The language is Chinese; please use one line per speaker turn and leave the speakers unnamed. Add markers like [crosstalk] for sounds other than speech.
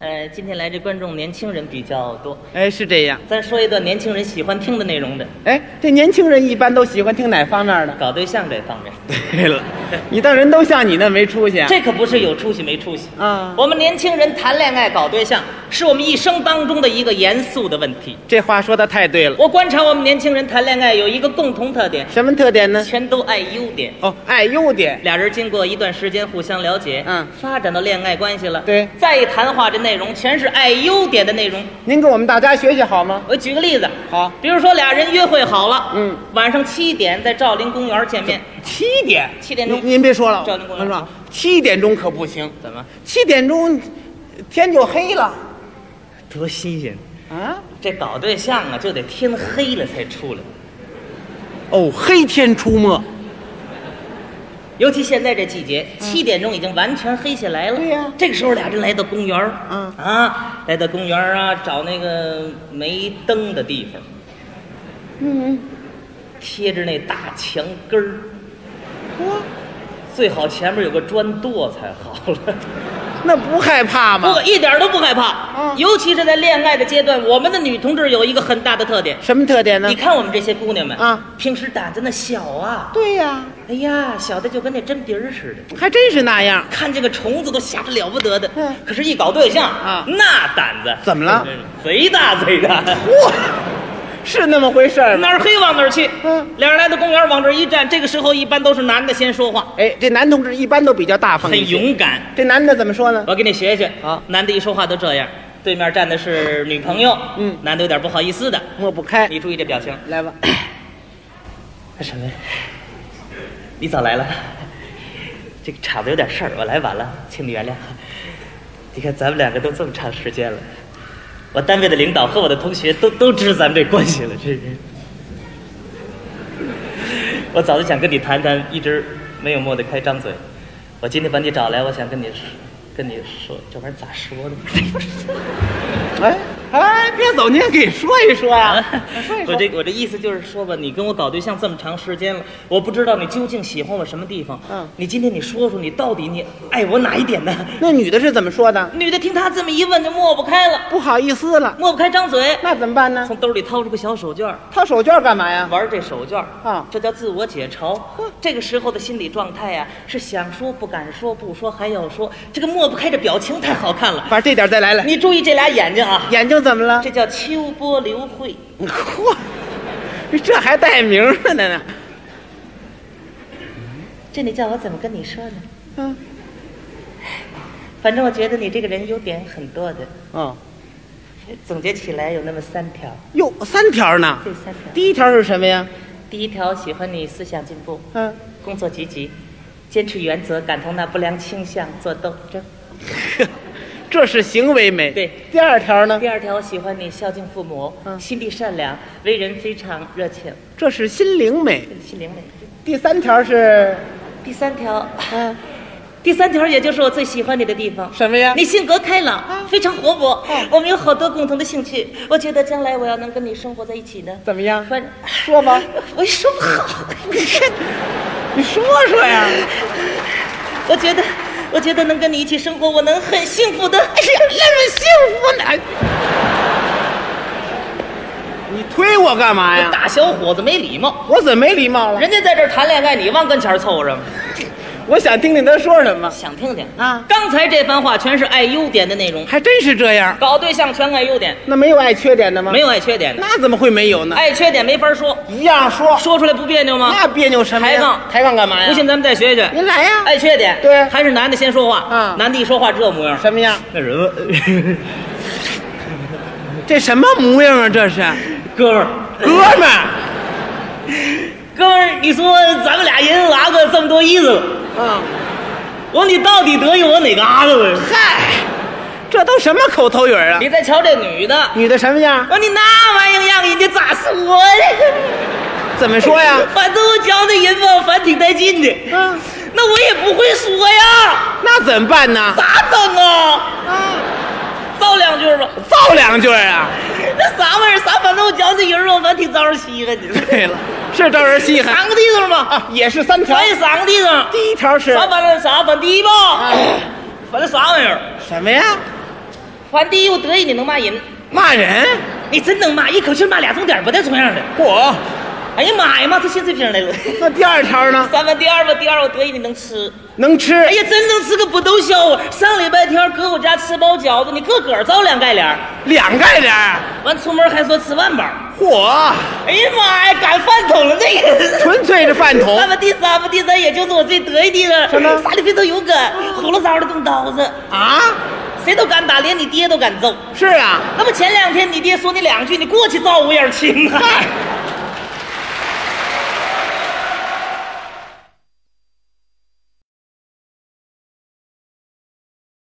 呃，今天来这观众年轻人比较多，
哎，是这样。
咱说一段年轻人喜欢听的内容的，
哎，这年轻人一般都喜欢听哪方面的？
搞对象这方面，
[laughs] 对了， [laughs] 你当人都像你那没出息啊？
这可不是有出息没出息。
啊，
我们年轻人谈恋爱、搞对象，是我们一生当中的一个严肃的问题。
这话说的太对了。
我观察我们年轻人谈恋爱有一个共同特点，
什么特点呢？
全都爱优点。
哦，爱优点。
俩人经过一段时间互相了解，
嗯
发展到恋爱关系了，
对
再一谈话，这内容全是爱优点的内容。
您给我们大家学学好吗？
我举个例子，
好，
比如说俩人约会好了，
嗯，
晚上七点在赵林公园见面，
七点，
七点钟
您您别说了，
赵林公
我
园
跟你说，七点钟可不行，
怎么？
七点钟天就黑了
多新鲜！
啊！
这搞对象啊，就得天黑了才出来，
哦，黑天出没。
尤其现在这季节，七点钟已经完全黑下来了。
嗯对呀
这个时候俩人来到公园儿
嗯
啊，来到公园儿啊，找那个没灯的地方，
嗯，
贴着那大墙根儿。嗯
哇，
最好前面有个砖垛才好了，
那不害怕
不
吗
过？一点都不害怕。
嗯
尤其是在恋爱的阶段，我们的女同志有一个很大的特点，
什么特点呢
你？看我们这些姑娘们
啊，
平时胆子那小啊，
对呀、
哎呀，小的就跟那针鼻儿似的，
还真是那样。
看这个虫子都吓得了不得的。
嗯
可是，一搞对象
啊
那胆子
怎么了？
贼大贼大，
哇，是那么回事儿吗？
哪儿黑往哪儿去。
嗯
俩人来到公园，往这儿一站，这个时候一般都是男的先说话，
哎，这男同志一般都比较大方，
很。勇敢。
这男的怎么说呢？
我给你学学
啊
男的一说话都这样，对面站的是女朋友，
嗯
男的有点不好意思的，
抹不开，
呃你注意这表情。
来吧。
什么呀？你早来了，这个厂子有点事儿，我来晚了，请你原谅。你看咱们两个都这么长时间了，我单位的领导和我的同学都都知道咱们这关系了，这是。我早就想跟你谈谈，一直没有磨得开张嘴。我今天把你找来，我想跟你说，跟你说，这玩意儿咋说呢？
哎哎，别走，您给说一说呀、
啊， [laughs] 我这我这意思就是说吧，你跟我搞对象这么长时间了，我不知道你究竟喜欢我什么地方。
嗯
你今天你说说，你到底你爱我哪一点呢？
那女的是怎么说的？
女的听他这么一问，就抹不开了，
不好意思了，
抹不开张嘴，
那怎么办呢？
从兜里掏出个小手绢儿，
掏手绢干嘛呀？
玩这手绢儿
啊
这叫自我解嘲。这个时候的心理状态呀、是想说不敢说，不说还要说，这个抹不开这表情太好看了。
把这点再来来。
你注意这俩眼睛啊，
眼睛怎么了
这？叫秋波流慧。
嚯，这还带名儿的呢。
这你叫我怎么跟你说呢？
嗯，
反正我觉得你这个人优点很多的，
哦，
总结起来有那么三条，
哟，三条呢。
这三条。
第一条是什么呀？
第一条，喜欢你思想进步，
嗯，
工作积极，坚持原则，敢同那不良倾向做斗争。
这是行为美。
对。
第二条呢
第？二条，喜欢你孝敬父母，
嗯
心地善良，为人非常热情，
这是心灵美。
心灵美。
第三条是，
第三条，
嗯，
[laughs] 第三条也就是我最喜欢你的地方。
什么呀？
你性格开朗，
啊
非常活泼
啊，
我们有好多共同的兴趣。我觉得将来我要能跟你生活在一起呢，
怎么样？
反
说吧，
[laughs] 我也说不好。
你说说哎呀。
我觉得，我觉得能跟你一起生活，我能很幸福的。
哎呀，那么幸福呢？你推我干嘛呀？
哎大小伙子没礼貌，
我怎么没礼貌了？
人家在这儿谈恋爱，你往跟前儿凑什么？
我想听听他说什么。
想听听
啊
刚才这番话全是爱优点的内容，
还真是这样，
搞对象全爱优点，
那没有爱缺点的吗？
没，有爱缺点的。
那怎么会没有呢？
爱缺点没法说，
一样说，
说出来不别扭吗？
那别扭什么
抬
呀？
杠
抬杠干嘛呀？
不信，咱们再学学。
您来呀。
爱缺点
对
还是男的先说话。
啊
男的一说话这模样，
什么样？
那人问
[laughs] 这什么模样啊？ [laughs] 这是，
哥们儿，
哥们儿，
哥们儿，你说咱们俩一人拉过这么多意思了，
嗯，
我说你到底得意我哪嘎达了？
嗨，这都什么口头语儿啊？
你再瞧这女的，
女的什么样？
哦我说你那玩意儿让人家咋说呢？
怎么说呀？
反正我瞧那人吧，反正挺带劲的。
嗯，
那我也不会说呀，
那怎么办呢？
咋整啊？
啊，
造两句吧。
造两句儿啊。
那啥玩意儿？啥？反正我瞧这人吧，反正挺招人稀罕的。
对了，是招人稀罕
三个地方吧，
啊，也是三条
咱。也三个地方。
第一条是
啥反正啥反第一吧，
啊
反正啥玩意儿？
什么呀？
还第一又得意，你能骂人？
骂人，
你真能骂，一口气骂俩重点，不带重样的。
嚯，
哎呀妈呀，骂出心碎病来了。 [laughs]
那第二条呢？
三万第二吧，第二我得意你能吃。
能吃？
哎呀，真能吃个不逗笑啊！上礼拜天搁我家吃包饺子，你个个儿糟两盖帘儿，
两盖帘儿，
完出门还说吃万包。
嚯，
哎呀妈呀，赶饭桶了这人。
纯粹是饭 [laughs] 桶
那么第三吧，第三也就是我最得意的了。
什么
啥里非常勇敢，葫芦骚的动刀子，
啊！
谁都敢打，连你爹都敢揍。
是啊，
那么前两天你爹说你两句，你过去造无影儿亲啊！